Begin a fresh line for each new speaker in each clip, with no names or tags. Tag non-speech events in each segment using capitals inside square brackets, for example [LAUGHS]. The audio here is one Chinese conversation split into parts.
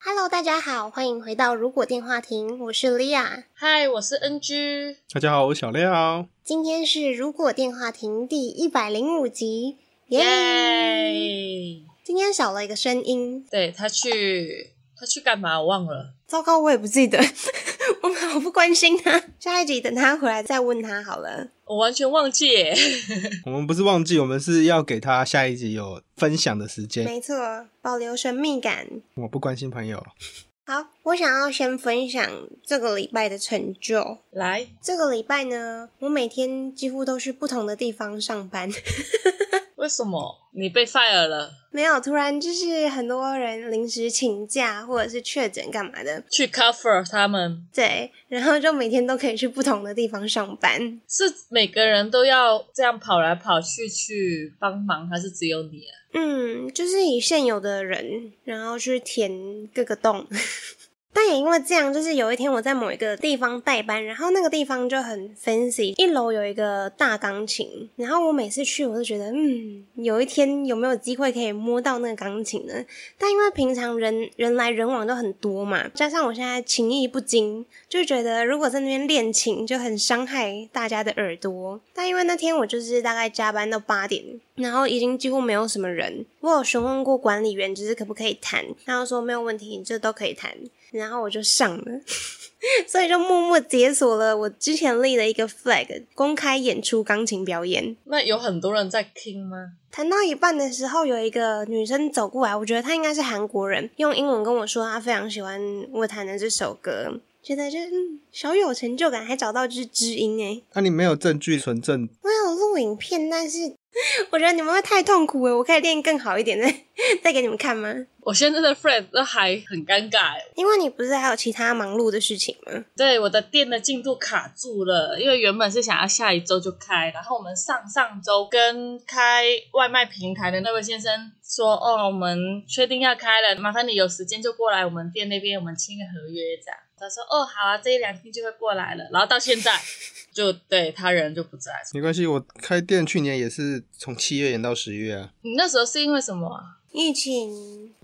Hello，大家好，欢迎回到如果电话亭，我是 Lia。
嗨，我是 NG。
大家好，我是小廖。
今天是如果电话亭第一百零五集，耶、
耶！
今天少了一个声音，
对他去，他去干嘛？我忘了。
糟糕，我也不记得， [LAUGHS] 我们好不关心他。下一集等他回来再问他好了。
我完全忘记耶。 [LAUGHS]
我们不是忘记，我们是要给他下一集有分享的时间。
没错，保留神秘感。
我不关心朋友，
好，我想要先分享这个礼拜的成就。
来，
这个礼拜呢，我每天几乎都去不同的地方上班。 [LAUGHS]
为什么你被 fire 了？
没有，突然就是很多人临时请假或者是确诊干嘛的，
去 cover 他们
对，然后就每天都可以去不同的地方上班。
是每个人都要这样跑来跑去去帮忙，还是只有你、啊？
嗯，就是以现有的人，然后去填各个洞。 [LAUGHS] 但也因为这样，就是有一天我在某一个地方代班，然后那个地方就很 fancy，一楼有一个大钢琴，然后我每次去我都觉得，嗯，有一天有没有机会可以摸到那个钢琴呢？但因为平常人人来人往都很多嘛，加上我现在琴艺不精，就觉得如果在那边练琴就很伤害大家的耳朵。但因为那天我就是大概加班到八点，然后已经几乎没有什么人。我有询问过管理员，就是可不可以弹，他就说没有问题，这都可以弹。然后我就上了。 [LAUGHS] 所以就默默解锁了我之前立的一个 flag，公开演出钢琴表演。
那有很多人在听吗？
弹到一半的时候，有一个女生走过来，我觉得她应该是韩国人，用英文跟我说她非常喜欢我弹的这首歌，觉得就是、嗯、小有成就感，还找到就是知音诶。
那、啊你没有证据存证，
我有录影片，但是我觉得你们会太痛苦诶，我可以练更好一点再 [LAUGHS] 再给你们看吗？
我现在的 friend 那还很尴尬耶。
因为你不是还有其他忙碌的事情吗？
对，我的店的进度卡住了，因为原本是想要下一周就开，然后我们上上周跟开外卖平台的那位先生说，哦，我们确定要开了，麻烦你有时间就过来我们店那边，我们签个合约这样。他说，哦，好啊，这一两天就会过来了，然后到现在就对他人就不在。
没关系。我开店去年也是从七月延到十月啊。
你那时候是因为什么啊？
疫情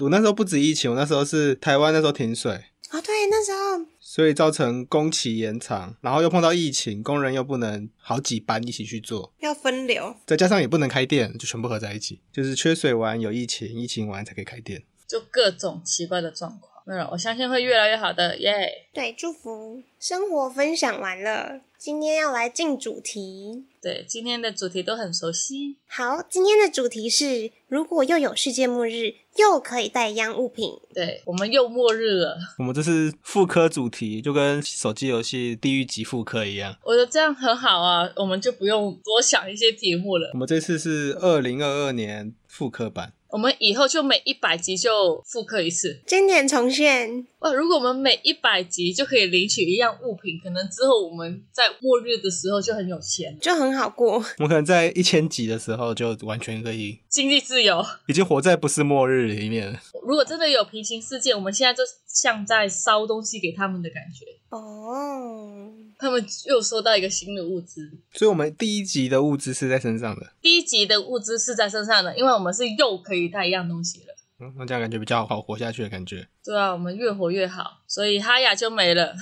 我那时候不止疫情，我那时候是台湾那时候停水，
啊、哦，对，那时候
所以造成工期延长，然后又碰到疫情，工人又不能好几班一起去做，
要分流，
再加上也不能开店，就全部合在一起，就是缺水完有疫情，疫情完才可以开店。
就各种奇怪的状况。没有，我相信会越来越好的，耶！
对，祝福生活分享完了，今天要来进主题。
对，今天的主题都很熟悉，
好，今天的主题是：如果又有世界末日，又可以带一样物品，
对我们又末日了，
我们这是副科主题，就跟手机游戏地狱级副科一样。
我觉得这样很好啊，我们就不用多想一些题目了。
我们这次是二零二二年副科版，
我们以后就每一百集就复刻一次。
经典重现。
哇，如果我们每一百集就可以领取一样物品，可能之后我们在末日的时候就很有钱，
就很好过。
我们可能在一千集的时候就完全可以，
经济自由。
已经活在不是末日里面了。
如果真的有平行世界，我们现在就像在烧东西给他们的感觉，
哦，
他们又收到一个新的物资。
所以我们第一集的物资是在身上的，
第一集的物资是在身上的，因为我们是又可以带一样东西了。
嗯，那这样感觉比较好活下去的感觉。
对啊，我们越活越好，所以哈雅就没了。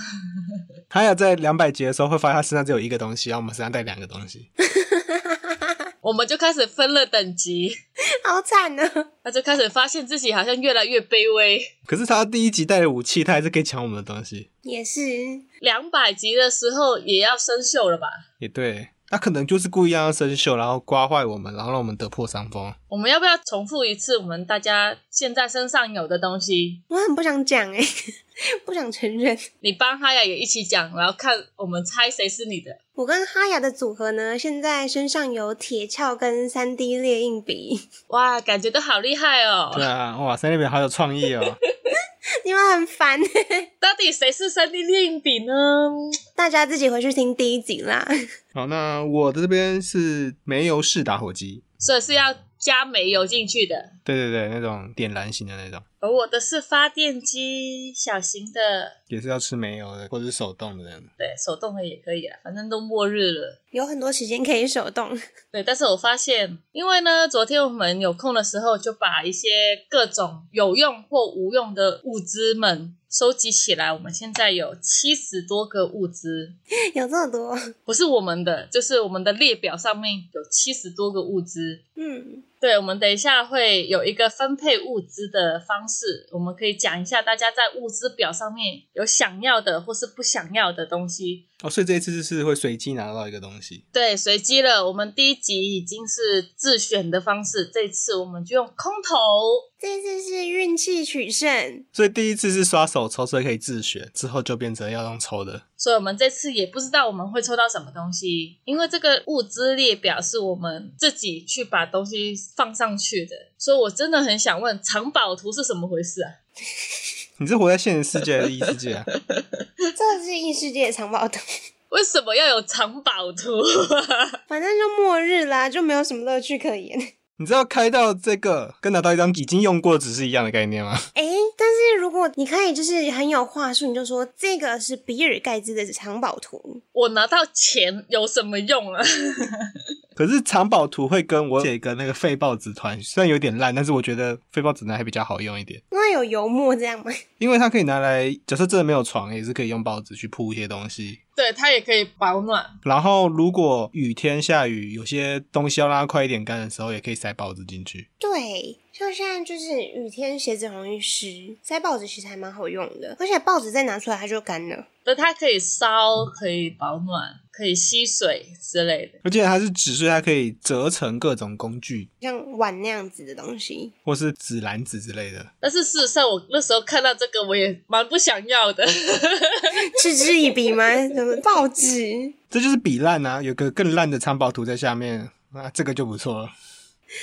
还有在两百集的时候会发现他身上只有一个东西，然后我们身上带两个东西。
我们就开始分了等级，
好惨哦呢、
他就开始发现自己好像越来越卑微。
可是他第一集带的武器，他还是可以抢我们的东西。
也是，
两百级的时候也要生锈了吧？
也对，他可能就是故意让他生锈，然后刮坏我们，然后让我们得破伤风。
我们要不要重复一次我们大家现在身上有的东西？
我很不想讲哎、 [LAUGHS] 不想承认。
你帮哈雅也一起讲，然后看我们猜谁是你的。
我跟哈雅的组合呢，现在身上有铁鞘跟三 D 列印笔， [LAUGHS]
哇，感觉都好厉害哦！
对啊，哇，三那边好有创意哦。 [LAUGHS]
你们很烦、欸
到底谁是三 D 电影比呢？
大家自己回去听第一集啦。
好，那我的这边是煤油式打火机，
所以是要加煤油进去的。
对对对，那种点燃型的那种，
而我的是发电机，小型的，
也是要吃煤油的，或者是手动的这样的。
对手动的也可以啊，反正都末日了。
有很多时间可以手动，
对，但是我发现，因为呢，昨天我们有空的时候，就把一些各种有用或无用的物资们收集起来。我们现在有七十多个物资，
有这么多，
不是我们的，就是我们的列表上面有七十多个物资。
嗯，
对，我们等一下会有一个分配物资的方式，我们可以讲一下大家在物资表上面有想要的或是不想要的东西。
哦，所以这一次是会随机拿到一个东西。
对，随机了。我们第一集已经是自选的方式，这次我们就用空投。
这次是运气取胜，
所以第一次是刷手抽，所以可以自选，之后就变成要用抽的。
所以我们这次也不知道我们会抽到什么东西，因为这个物资列表是我们自己去把东西放上去的，所以我真的很想问藏宝图是什么回事啊？
你是活在现实世界还是异世界啊？
这是异世界的藏宝图，
为什么要有藏宝图？啊
反正就末日啦，就没有什么乐趣可言。
你知道开到这个跟拿到一张已经用过的纸是一样的概念吗？ [LAUGHS]
哎，但是如果你可以就是很有话术，你就说这个是比尔盖茨的藏宝图，
[LAUGHS] 我拿到钱有什么用啊？ [LAUGHS]
可是藏宝图会跟我写一个那个废报纸团，虽然有点烂，但是我觉得废报指南还比较好用一点，
因为有油墨这样吗？
因为它可以拿来，假设真的没有床，也是可以用报纸去铺一些东西。
对，它也可以保暖。
然后如果雨天下雨，有些东西要让它快一点干的时候，也可以塞报纸进去。
[LAUGHS] 对，像现在就是雨天鞋子容易湿，塞报纸其实还蛮好用的，而且报纸再拿出来它就干了。
对，它可以烧，可以保暖，可以吸水之类的。
而且它是纸，所以它可以折成各种工具，
像碗那样子的东西，
或是纸篮子之类的。
但是事实上，我那时候看到这个，我也蛮不想要的。 [LAUGHS]
嗤之以鼻吗？ [LAUGHS] 什么报纸？
这就是比烂啊，有个更烂的藏宝图在下面，啊，这个就不错了。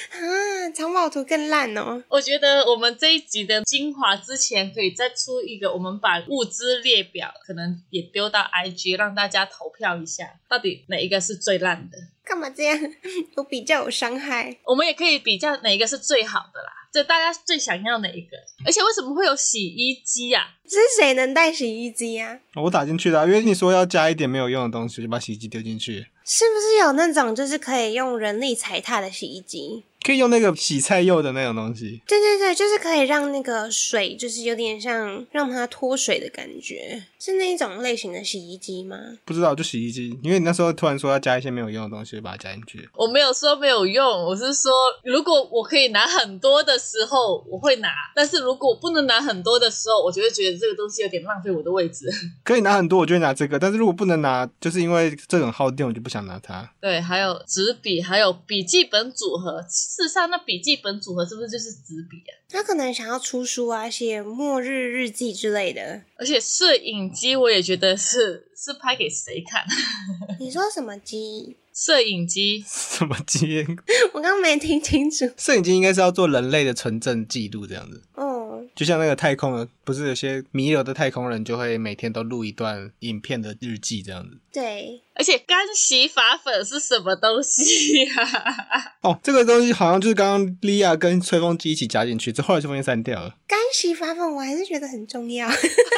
啊，藏宝图更烂哦！
我觉得我们这一集的精华之前，可以再出一个，我们把物资列表可能也丢到 IG，让大家投票一下，到底哪一个是最烂的。
干嘛这样？ [LAUGHS] 有比较有伤害。
我们也可以比较哪一个是最好的啦，就大家最想要哪一个。而且为什么会有洗衣机啊呀、
是谁能带洗衣机呀、
我打进去的、啊，因为你说要加一点没有用的东西，我就把洗衣机丢进去。
是不是有那种就是可以用人力踩踏的洗衣机？
可以用那个洗菜用的那种东西，
对对对，就是可以让那个水，就是有点像让它脱水的感觉，是那一种类型的洗衣机吗？
不知道就洗衣机，因为你那时候突然说要加一些没有用的东西，就把它加进去。
我没有说没有用，我是说如果我可以拿很多的时候，我会拿；但是如果我不能拿很多的时候，我就会觉得这个东西有点浪费我的位置。
可以拿很多，我就会拿这个，但是如果不能拿，就是因为这种耗电，我就不想拿它。 [LAUGHS]
对，还有纸笔，还有笔记本组合。事实上，那笔记本组合是不是就是纸笔啊？
他可能想要出书啊，写末日日记之类的。
而且摄影机，我也觉得是是拍给谁看？ [LAUGHS]
你说什么机？
摄影机
什么机？
我刚没听清楚。
摄影机应该是要做人类的纯正记录这样子，
哦，
就像那个太空人，不是有些弥留的太空人就会每天都录一段影片的日记这样子。
对，
而且干洗发粉是什么东西啊呀、
哦，这个东西好像就是刚刚莉亚跟吹风机一起加进去，这后来就发现删掉了。
干洗发粉我还是觉得很重要，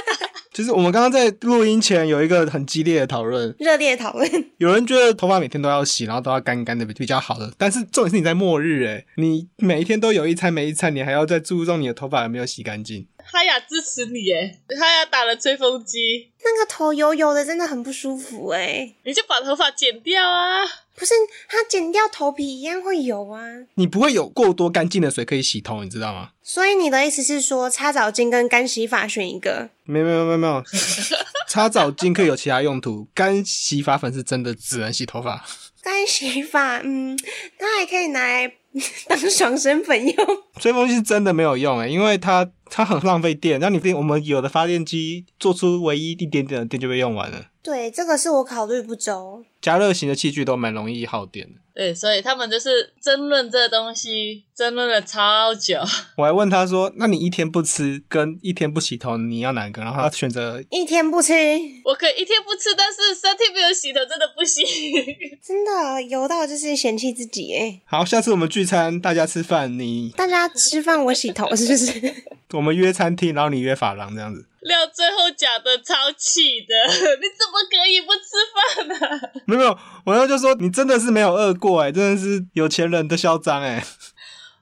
[LAUGHS]
就是我们刚刚在录音前有一个很激烈的讨论，
热烈讨论。
有人觉得头发每天都要洗，然后都要干干的比较好的，但是重点是你在末日诶、你每一天都有一餐没一餐，你还要再注重你的头发有没有洗干净。
哈雅支持你耶！哈雅打了吹风机，
那个头油油的真的很不舒服哎、
你就把头发剪掉啊！
不是，它剪掉头皮一样会油啊。
你不会有过多干净的水可以洗头，你知道吗？
所以你的意思是说，擦澡巾跟干洗法选一个？
没有没有没有没有，擦澡巾可以有其他用途，干洗发粉是真的只能洗头发。
干洗 [LAUGHS] 法，嗯，它还可以拿来 [LAUGHS] 当爽身粉用。
吹风机是真的没有用诶、因为它它很浪费电。让你电，我们有的发电机做出唯一一点点的电就被用完了。
对，这个是我考虑不周。
加热型的器具都蛮容易耗电的。
对，所以他们就是争论这东西，争论了超久。 [LAUGHS]
我还问他说：“那你一天不吃跟一天不洗头，你要哪个？”然后他选择
一天不吃，
我可以一天不吃，但是三天没有洗头真的不行。
真的油到就是嫌弃自己哎、
好，下次我们聚餐，大家吃饭，你
大家吃饭我洗头是不是？
我们约餐厅，然后你约发廊这样子。
料最后讲的超气的， [LAUGHS] 你怎么可以不吃饭呢、
没有，没有，我那时候就说你真的是没有饿过哎、真的是有钱人的嚣张哎。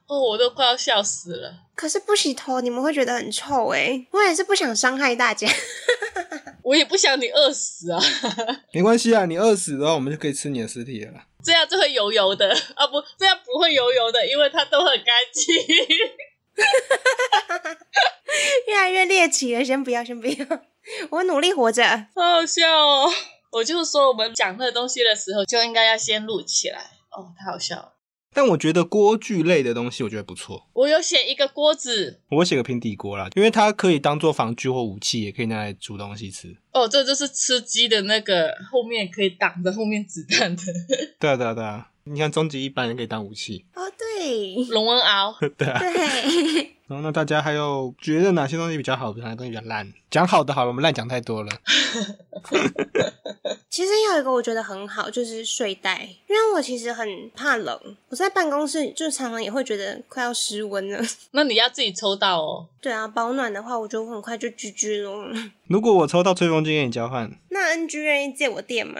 哦，我都快要笑死了。
[LAUGHS] 可是不洗头你们会觉得很臭哎、我也是不想伤害大家。 [LAUGHS]
我也不想你饿死啊， [LAUGHS]
没关系啊，你饿死的话，我们就可以吃你的尸体了啦。
这样就会油油的 [LAUGHS] 啊，不，这样不会油油的，因为它都很干净。 [LAUGHS]
越来越猎奇了，先不要，先不要，我努力活着。
好好笑哦！我就说我们讲那东西的时候就应该要先录起来哦，太好笑了。
但我觉得锅具类的东西，我觉得不错。
我有写一个锅子
我会写个平底锅啦，因为它可以当做防具或武器，也可以拿来煮东西吃。
哦，这就是吃鸡的那个后面可以挡着后面子弹的
对啊，对啊，对啊。你看，终极一般人可以当武器。 [LAUGHS]
哦，对
龙纹鳌。
对啊。
对，
然后，那大家还有觉得哪些东西比较好，哪些东西比较烂？讲好的好了，我们烂讲太多了。
其实还有一个我觉得很好，就是睡袋，因为我其实很怕冷，我在办公室就常常也会觉得快要失温了。
那你要自己抽到哦。
对啊，保暖的话，我觉得我很快就 GG [LAUGHS] 了。
如果我抽到吹风机跟你交换，
那 NG 愿意借我电吗？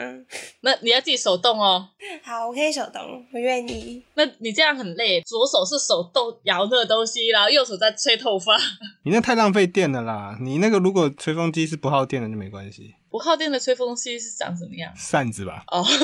那你要自己手动哦。
好，我可以手动，我愿意。
那你这样很累，左手是手动摇那个东西，然后右手在吹头发。 [LAUGHS]
你那太浪费电了啦。你那个如果吹风机是不耗电的就没关系，
不耗电的吹风机是长什么样？
扇子吧。
哦， [LAUGHS]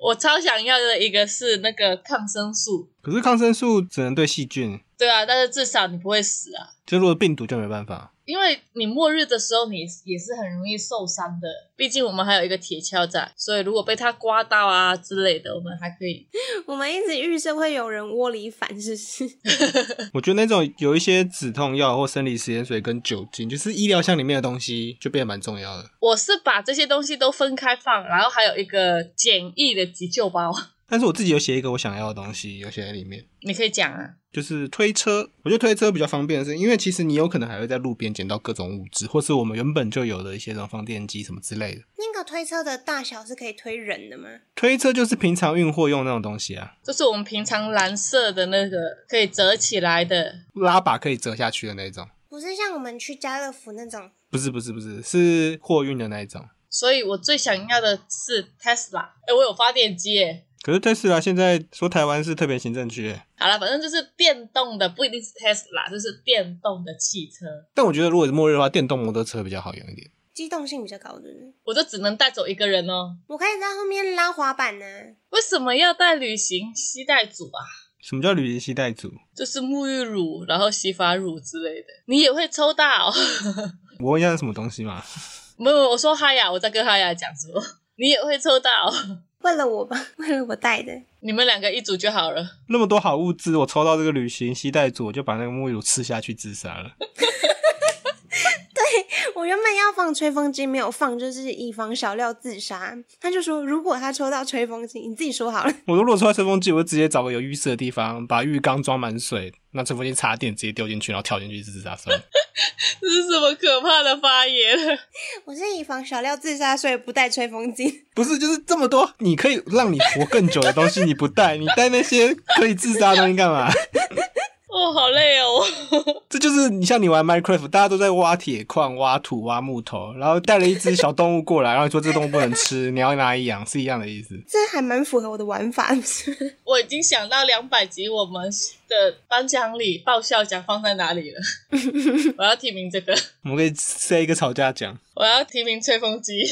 我超想要的一个是那个抗生素，
可是抗生素只能对细菌，
对啊，但是至少你不会死啊，
就如果病毒就没办法。
因为你末日的时候你也是很容易受伤的，毕竟我们还有一个铁锹在，所以如果被它刮到啊之类的，我们还可以。
我们一直预设会有人窝里反，是不是？
我觉得那种有一些止痛药或生理食盐水跟酒精，就是医疗箱里面的东西，就变得蛮重要的。
我是把这些东西都分开放，然后还有一个简易的急救包， [LAUGHS]
但是我自己有写一个我想要的东西，有写在里面，
你可以讲啊。
就是推车。我觉得推车比较方便的是，因为其实你有可能还会在路边捡到各种物质，或是我们原本就有的一些这种放电机什么之类的。
[LAUGHS] 那个推车的大小是可以推人的吗？
推车就是平常运货用那种东西啊，
就是我们平常蓝色的那个可以折起来的，
拉把可以折下去的那种。
不是像我们去家乐福那种，
不是不是不是，是货运的那一种。
所以我最想要的是 Tesla。哎，我有发电机耶。
可是特斯拉啊现在说台湾是特别行政区耶，
好了，反正就是电动的，不一定是 Tesla，就是电动的汽车，
但我觉得如果是末日的话，电动摩托车比较好用一点。
机动性比较高的。
我就只能带走一个人哦。
我可以在后面拉滑板啊呢、
为什么要带旅行吸带组啊？
什么叫旅行携带组？
就是沐浴乳，然后洗发乳之类的，你也会抽到？ [LAUGHS]
我问一下是什么东西嘛？
没有，我说哈雅，我在跟哈雅讲什么？你也会抽到？
为了我吧， [LAUGHS] 为了我带的。
你们两个一组就好了。
那么多好物资，我抽到这个旅行携带组，我就把那个沐浴乳吃下去自杀了。
我原本要放吹风机，没有放，就是以防小廖自杀。他就说，如果他抽到吹风机，你自己说好了。 [LAUGHS]
我如果抽到吹风机，我就直接找个有浴室的地方，把浴缸装满水，那吹风机插电，直接丢进去，然后跳进去自杀算了。
这是什么可怕的发言？
我是以防小廖自杀，所以不带吹风机。 [LAUGHS]
不是，就是这么多你可以让你活更久的东西，你不带，你带那些可以自杀的东西干嘛？ [LAUGHS]
哦，好累哦。
这就是你像你玩 Minecraft，大家都在挖铁矿、挖土、挖木头，然后带了一只小动物过来，然后你说这动物不能吃，你要拿来养，是一样的意思。
这还蛮符合我的 [LAUGHS] 玩法，不是？
我已经想到两百集我们的颁奖礼爆笑奖放在哪里了。我要提名这个，
我们可以塞一个吵架奖，
我要提名吹风机，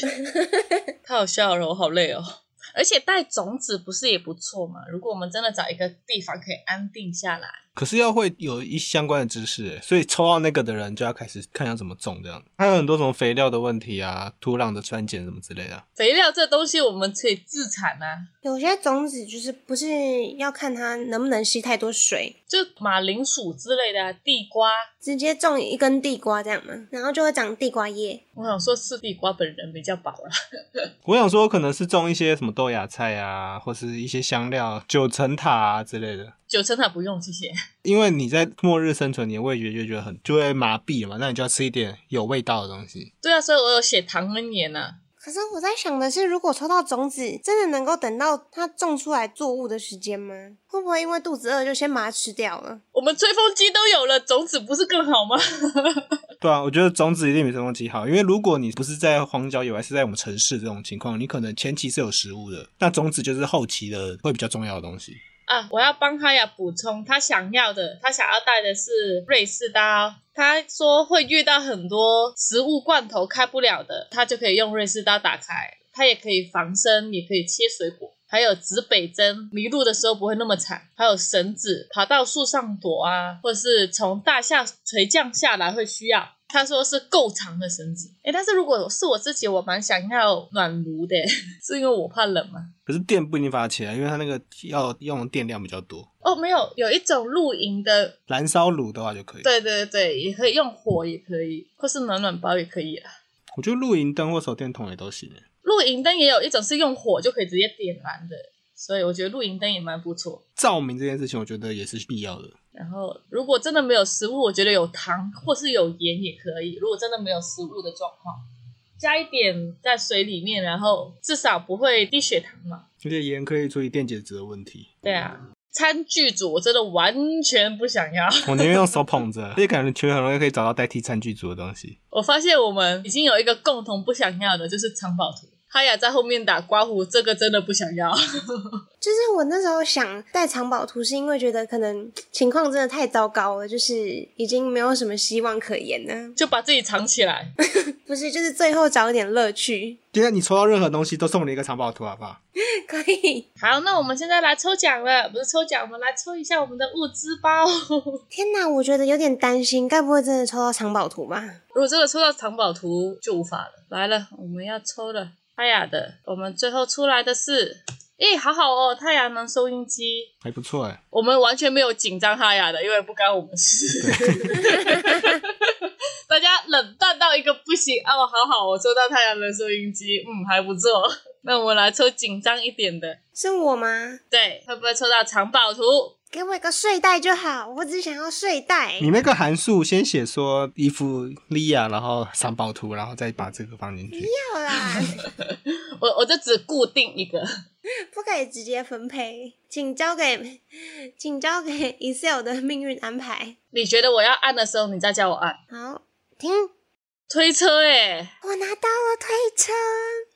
太好笑了，我好累哦。而且带种子不是也不错嘛？如果我们真的找一个地方可以安定下来，
可是要会有一相关的知识耶，所以抽到那个的人就要开始看要怎么种这样。还有很多什么肥料的问题啊，土壤的酸碱什么之类的。
肥料这东西我们可以自产啊，
有些种子就是不是要看它能不能吸太多水，
就马铃薯之类的、啊，地瓜。
直接种一根地瓜这样嘛，然后就会长地瓜叶。
我想说吃地瓜本人比较饱了，
我想说，可能是种一些什么豆芽菜啊，或是一些香料、九层塔啊之类的。
九层塔不用，谢谢。
因为你在末日生存，你的味觉就觉得很就会麻痹了嘛，那你就要吃一点有味道的东西。
对啊，所以我有写唐恩岩啊，
可是我在想的是，如果抽到种子，真的能够等到它种出来作物的时间吗？会不会因为肚子饿就先把它吃掉了？
我们吹风机都有了，种子不是更好吗？
对啊，我觉得种子一定比吹风机好，因为如果你不是在荒郊野外，是在我们城市这种情况，你可能前期是有食物的，那种子就是后期的会比较重要的东西。
啊，我要帮哈雅补充，他想要的，他想要带的是瑞士刀。他说会遇到很多食物罐头开不了的，他就可以用瑞士刀打开。它也可以防身，也可以切水果，还有指北针，迷路的时候不会那么惨。还有绳子，爬到树上躲啊，或是从大厦垂降下来会需要。他说是够长的绳子，诶，但是如果是我自己，我蛮想要暖炉的， [LAUGHS] 是因为我怕冷吗？
可是电不一定发得起来，因为它那个要用的电量比较多。
哦，没有，有一种露营的
燃烧炉的话就可以。
对对对，也可以用火，也可以，或是暖暖包也可以啦。
我觉得露营灯或手电筒也都行耶。
露营灯也有一种是用火就可以直接点燃的，所以我觉得露营灯也蛮不错。
照明这件事情，我觉得也是必要的。
然后，如果真的没有食物，我觉得有糖或是有盐也可以。如果真的没有食物的状况，加一点在水里面，然后至少不会低血糖嘛。
而且盐可以处理电解质的问题。
对啊，餐具组我真的完全不想要。
我宁愿用手捧 [LAUGHS] 着，而且感觉其实很容易可以找到代替餐具组的东西。
我发现我们已经有一个共同不想要的，就是藏宝图。哈雅在后面打刮胡，这个真的不想要。
就是我那时候想带藏宝图，是因为觉得可能情况真的太糟糕了，就是已经没有什么希望可言了。
就把自己藏起来。
不是，就是最后找一点乐趣， [LAUGHS]
今天你抽到任何东西，都送你一个藏宝图，好不好？
可以。
好，那我们现在来抽奖了，不是抽奖，我们来抽一下我们的物资 [LAUGHS] 包。
天哪，我觉得有点担心，该不会真的抽到藏宝图吧？
如果真的抽到藏宝图就无法了。来了，我们要抽了。哈雅的，我们最后出来的是，诶，好好哦，太阳能收音机。
还不错哎，
我们完全没有紧张哈雅的，因为不干我们事。 [LAUGHS] 大家冷淡到一个不行哦，好好，我抽到太阳能收音机，嗯，还不错。那我们来抽紧张一点的，
是我吗？
对，会不会抽到藏宝图？
给我一个睡袋就好，我只想要睡袋。
你那个函数先写说伊芙利亚，然后藏宝图，然后再把这个放进去。
要啦， [LAUGHS]
我我就只固定一个。 [LAUGHS]
不可以直接分配，请交给，请交给 Excel 的命运安排。
你觉得我要按的时候，你再叫我按。
好，停，
推车诶、
我拿到了推车。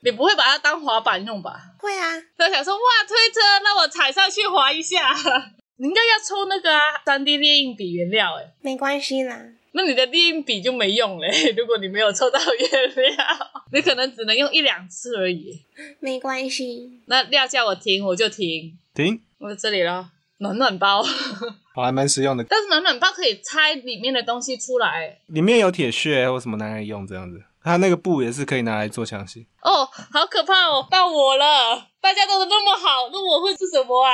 你不会把它当滑板用吧？
会啊，
他想说哇，推车，让我踩上去滑一下。 [LAUGHS] 你应该要抽那个啊，三 D 猎印笔原料哎，
没关系啦。
那你的猎印笔就没用嘞。 [LAUGHS] 如果你没有抽到原料， [LAUGHS] 你可能只能用一两次而已。
没关系，
那料叫我停，我就停，
停，
我这里了。暖暖包， [LAUGHS]
好，还蛮实用的。
但是暖暖包可以拆里面的东西出来
里面有铁屑或什么拿来用这样子，它那个布也是可以拿来做枪械。
哦，好可怕哦！到我了，大家都那么好，那我会是什么啊？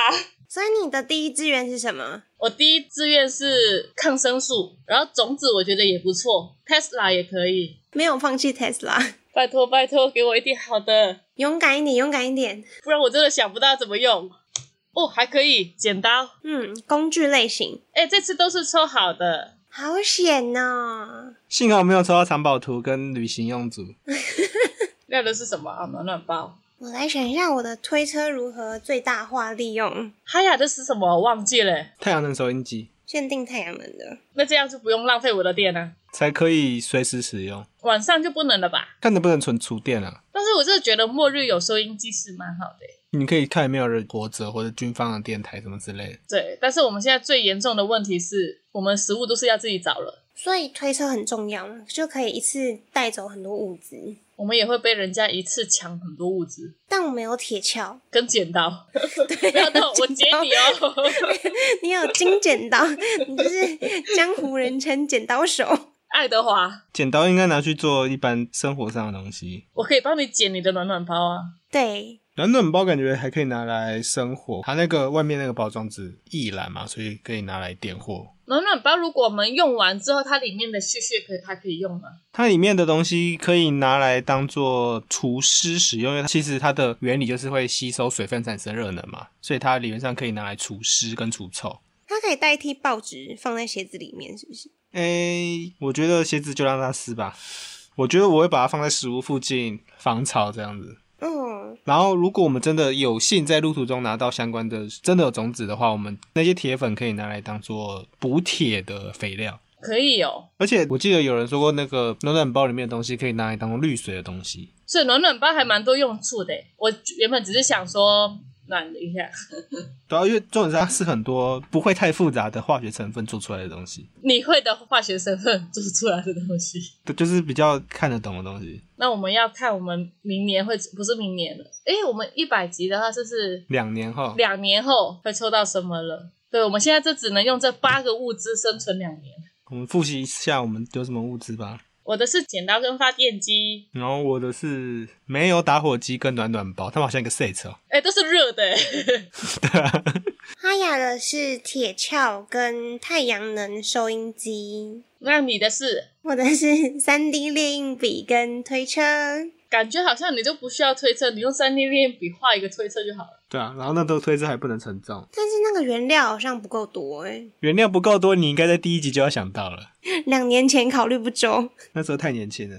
所以你的第一志愿是什么？
我第一志愿是抗生素，然后种子我觉得也不错，Tesla 也可以。
没有放弃 Tesla，
拜托拜托，给我一点好的，
勇敢一点，勇敢一点。
不然我真的想不到怎么用。哦，还可以剪刀，
嗯，工具类型，
哎，这次都是抽好的。
好险哦！
幸好没有抽到藏宝图跟旅行用组。
要的是什么啊？暖暖包。
我来想一下我的推车如何最大化利用，
哈雅，这是什么？我忘记了。
太阳能收音机
限定太阳能的。
那这样就不用浪费我的电了、啊
才可以随时使用，
晚上就不能了吧？
看能不能存储电啊。
但是我真的觉得末日有收音机是蛮好的欸。
你可以看有没有人活着，或者军方的电台什么之类的。
对，但是我们现在最严重的问题是我们食物都是要自己找了。
所以推车很重要嘛，就可以一次带走很多物资。
我们也会被人家一次抢很多物资，
但我没有铁锹， [LAUGHS]
跟剪刀。不要动，我截你哦。
你有金剪刀， [LAUGHS] 你就是江湖人称剪刀手。
[LAUGHS] 爱德华，
剪刀应该拿去做一般生活上的东西。
我可以帮你剪你的暖暖包啊。
对，
暖暖包感觉还可以拿来生火，它那个外面那个包装纸易燃嘛，所以可以拿来点火。
暖暖包如果我们用完之后，它里面的屑屑可以还可以用吗？
它里面的东西可以拿来当做除湿使用，因为它其实它的原理就是会吸收水分产生热能嘛，所以它理论上可以拿来除湿跟除臭。
它可以代替报纸放在鞋子里面，是不是？
诶、我觉得鞋子就让它湿吧。我觉得我会把它放在食物附近防潮这样子。
嗯，
然后，如果我们真的有幸在路途中拿到相关的真的有种子的话，我们那些铁粉可以拿来当做补铁的肥料。
可以哦。
而且我记得有人说过，那个暖暖包里面的东西可以拿来当做滤水的东西。
所以暖暖包还蛮多用处的。欸我原本只是想说暖一下，
对啊，因为重点是它是很多不会太复杂的化学成分做出来的东西，
你会的化学成分做出来的东西。
对，就是比较看得懂的东西。
那我们要看我们明年会不是明年了，诶，我们一百集的话，就是
两年后，
两年后会抽到什么了？对，我们现在这只能用这八个物资生存两年。
我们复习一下我们有什么物资吧。
我的是剪刀跟发电机，
然后我的是没有打火机跟暖暖包，它们好像一个 set 哦。 [LAUGHS]
哎，都是热的， [LAUGHS] 诶
对啊，
哈雅的是铁锹跟太阳能收音机，
那你的是？
我的是三 D 列印笔跟推车。
感觉好像你就不需要推车，你用三 D 练笔画一个推车就好了。
对啊，然后那都推车还不能承重。
但是那个原料好像不够多诶、
原料不够多，你应该在第一集就要想到了。
两年前考虑不周，
那时候太年轻了，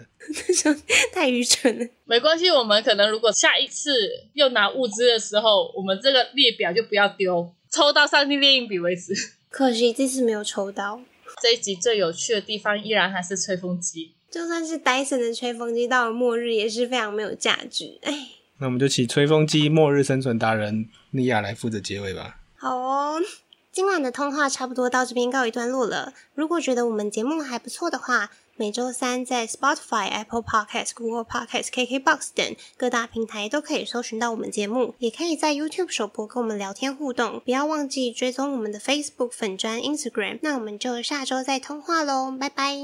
太愚蠢了。
没关系，我们可能如果下一次又拿物资的时候，我们这个列表就不要丢，抽到三 D 练印笔为止。 [LAUGHS]
可惜这次没有抽到，
这一集最有趣的地方依然还是吹风机。
就算是戴森的吹风机到了末日也是非常没有价值。哎，
那我们就请吹风机末日生存达人莉亚来负责结尾吧。
好哦， [LAUGHS] 今晚的通话差不多到这边告一段落了。如果觉得我们节目还不错的话，每周三在 Spotify、Apple Podcast、Google Podcast、KKBox 等各大平台都可以搜寻到我们节目，也可以在 YouTube 首播跟我们聊天互动。不要忘记追踪我们的 Facebook 粉砖、Instagram。那我们就下周再通话喽，拜拜。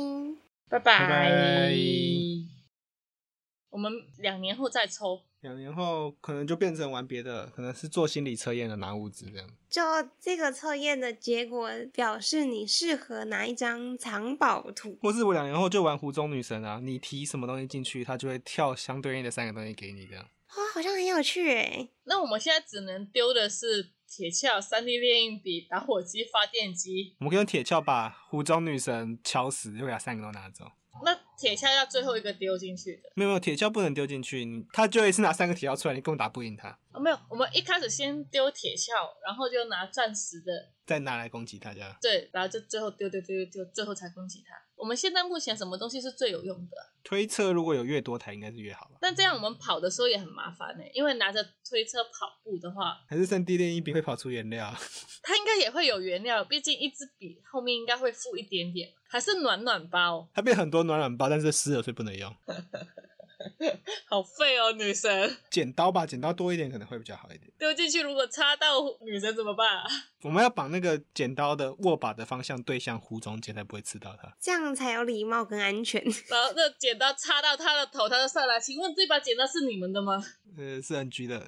拜拜。
拜拜
我们两年后再抽，
两年后可能就变成玩别的，可能是做心理测验的拿物资这样。
就这个测验的结果表示你适合哪一张藏宝图。
或是我两年后就玩湖中女神啊，你提什么东西进去，它就会跳相对应的三个东西给你这样。
哦，好像很有趣诶。
那我们现在只能丢的是铁锹、三 D 猎印笔、打火机、发电机。
我们可以用铁锹把湖中女神敲死，就给她三个都拿走。
那铁锹要最后一个丢进去的、
没有没有，铁锹不能丢进去，你他就一次拿三个铁锹出来，你根本打不赢他，
哦，没有，我们一开始先丢铁锹，然后就拿钻石的，
再拿来攻击大家。
对，然后就最后丢丢丢丢丢，最后才攻击它。我们现在目前什么东西是最有用的啊？
推测如果有越多台，应该是越好吧？
但这样我们跑的时候也很麻烦呢、欸因为拿着推车跑步的话，
还是圣地恋一笔会跑出原料啊？
它应该也会有原料，毕竟一支笔后面应该会附一点点，还是暖暖包，
它变很多暖暖包，但是湿了所以不能用。
好废哦，女神
剪刀吧，剪刀多一点可能会比较好一点。
丢进去如果插到女神怎么办、啊？ [LAUGHS]
我们要把那个剪刀的握把的方向对向湖中间，才不会刺到它。
这样才有礼貌跟安全。
然后那剪刀插到她的头，她就上来，请问这把剪刀是你们的吗？
呃，是 NG 的。